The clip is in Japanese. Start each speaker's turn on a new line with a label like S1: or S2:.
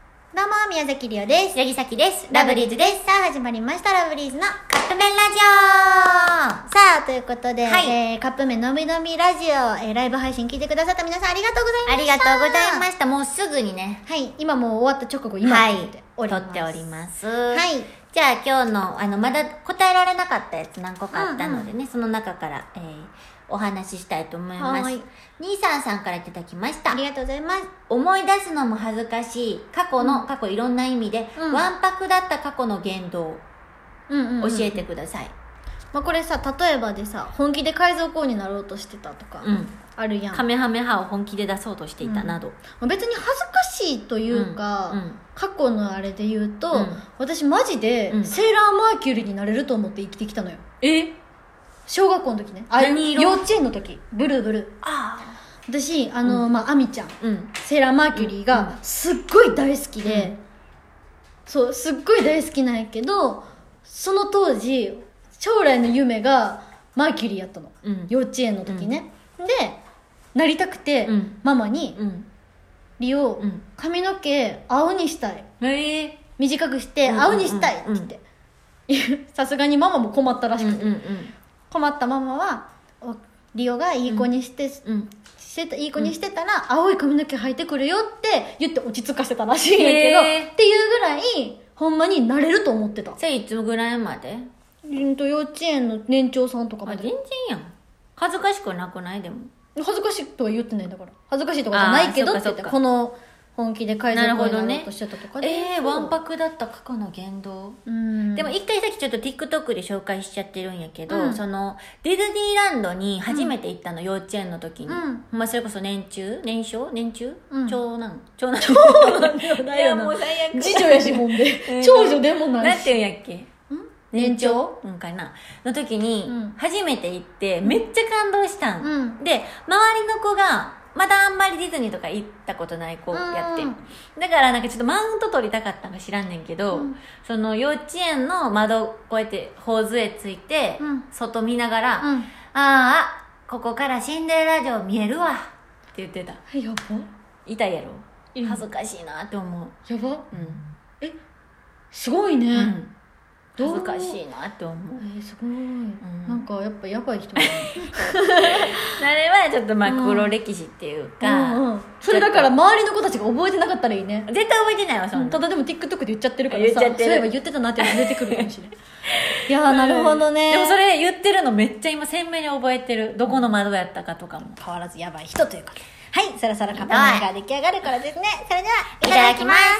S1: も宮崎りおです
S2: 八木咲です
S1: ラブリーズですさあ始まりましたラブリーズのカップ麺ラジオさあということで、
S2: はい
S1: えーカップ麺のみのみラジオ、えーライブ配信聞いてくださった皆さんありがとうござ
S2: あ
S1: いまし
S2: り
S1: た
S2: がとうございましたもうすぐにね
S1: すはい今もう終わった直後今
S2: はい
S1: 撮っており
S2: 撮
S1: ます
S2: っております
S1: はい
S2: じゃあ今日のあのまだ答えられなかったやつ何個かあったのでね、その中から、えーお話ししたいと思います
S1: はい
S2: 兄さんさんからいただきました
S1: ありがとうございます
S2: 思い出すのも恥ずかしい過去の、過去いろんな意味で
S1: うん
S2: わ、んぱくだった過去の言動
S1: うんうんう
S2: 教
S1: ん
S2: えてください、
S1: まあ、これさ例えばでさ本気で改造工になろうとしてたとか、
S2: うん
S1: あるやん
S2: カメハメハを本気で出そうとしていたなど、
S1: まあ別に恥ずかしいというか、
S2: うんうん
S1: 過去のあれで言うと、
S2: うん
S1: 私マジで
S2: うん
S1: セーラーマーキュリーになれると思って生きてきたのよ
S2: え
S1: 小学校の時ね
S2: 何色
S1: 幼稚園の時ブルーブルー
S2: ああ
S1: 私あの、まあアミちゃん
S2: うん
S1: セーラーマーキュリーがすっごい大好きで、
S2: うん
S1: そうすっごい大好きなんやけどその当時将来の夢がマーキュリーやったの、
S2: うん
S1: 幼稚園の時ね、でなりたくて、
S2: うん
S1: ママに
S2: うん
S1: 「リオ、
S2: うん
S1: 髪の毛青にしたい
S2: ええ
S1: 短くして
S2: うん
S1: 青にしたい」って言って さすがにママも困ったらし
S2: うん
S1: く
S2: う
S1: て、
S2: んうん
S1: 困ったママはおリオがいい子にして,、
S2: うん
S1: してたいい子にしてたら、青い髪の毛生えてくるよって言って落ち着かせたらしいんやけど、
S2: へー
S1: っていうぐらいほんまになれると思ってた
S2: それいつぐらいまで
S1: うんと幼稚園の年長さんとか
S2: あ
S1: ま
S2: 全
S1: で
S2: 然やん恥ずかしくなくないでも
S1: 恥ずかしいとは言ってないんだから恥ずかしいとかじゃないけど
S2: あー
S1: って言って
S2: そっかそっか
S1: この本気で改造
S2: なるほ
S1: にな
S2: どね
S1: ろうとしてたとかで
S2: ええわんぱ
S1: ク
S2: くだった過去の言動
S1: うん
S2: でも一回さっきちょっと TikTok で紹介しちゃってるんやけど、
S1: うん
S2: そのディズニーランドに初めて行ったの、幼稚園の時に、
S1: うん
S2: まあ、それこそ年中年少年中、
S1: うん
S2: 長男 長男
S1: ない
S2: や
S1: よ
S2: もう最悪
S1: 次女やし ほん
S2: う
S1: で
S2: ん
S1: 長女でもな
S2: ないん
S1: して
S2: いうんやっけ
S1: 年長
S2: うんかいなの時に
S1: うん
S2: 初めて行ってめっちゃ感動したん、
S1: うん
S2: で周りの子がまだあんまりディズニーとか行ったことない子やって、
S1: うん
S2: だからなんかちょっとマウント取りたかったんか知らんねんけど、
S1: うん
S2: その幼稚園の窓こうやって頬杖ついて、
S1: うん
S2: 外見ながら「
S1: うん
S2: ああここからシンデレラ城見えるわ」って言ってた
S1: やば
S2: 痛いやろ
S1: うん
S2: 恥ずかしいなって思う
S1: やば
S2: うん、
S1: すごいね、
S2: うん、
S1: ど
S2: 恥
S1: う
S2: ずかしいなって思う
S1: えー、すごい、
S2: ん
S1: なんかやっぱやばい人だね
S2: それはちょっとまあ
S1: うん
S2: 黒歴史っていう
S1: う
S2: か、
S1: んうんそれだから周りの子たちが覚えてなかったらいいね
S2: 絶対覚えてないわそ
S1: うんん
S2: な
S1: ただでも TikTok で言っちゃってるから
S2: 言っ
S1: さ
S2: ちゃってる
S1: そういえば言ってたなっていうの出てくるかもしれない いやーなるほどね、
S2: でもそれ言ってるのめっちゃ今鮮明に覚えてるどこの窓やったかとかも
S1: 変わらずやばい人ということではいさらさらカップ麺が出来上がるからですねそれではい
S2: ただきます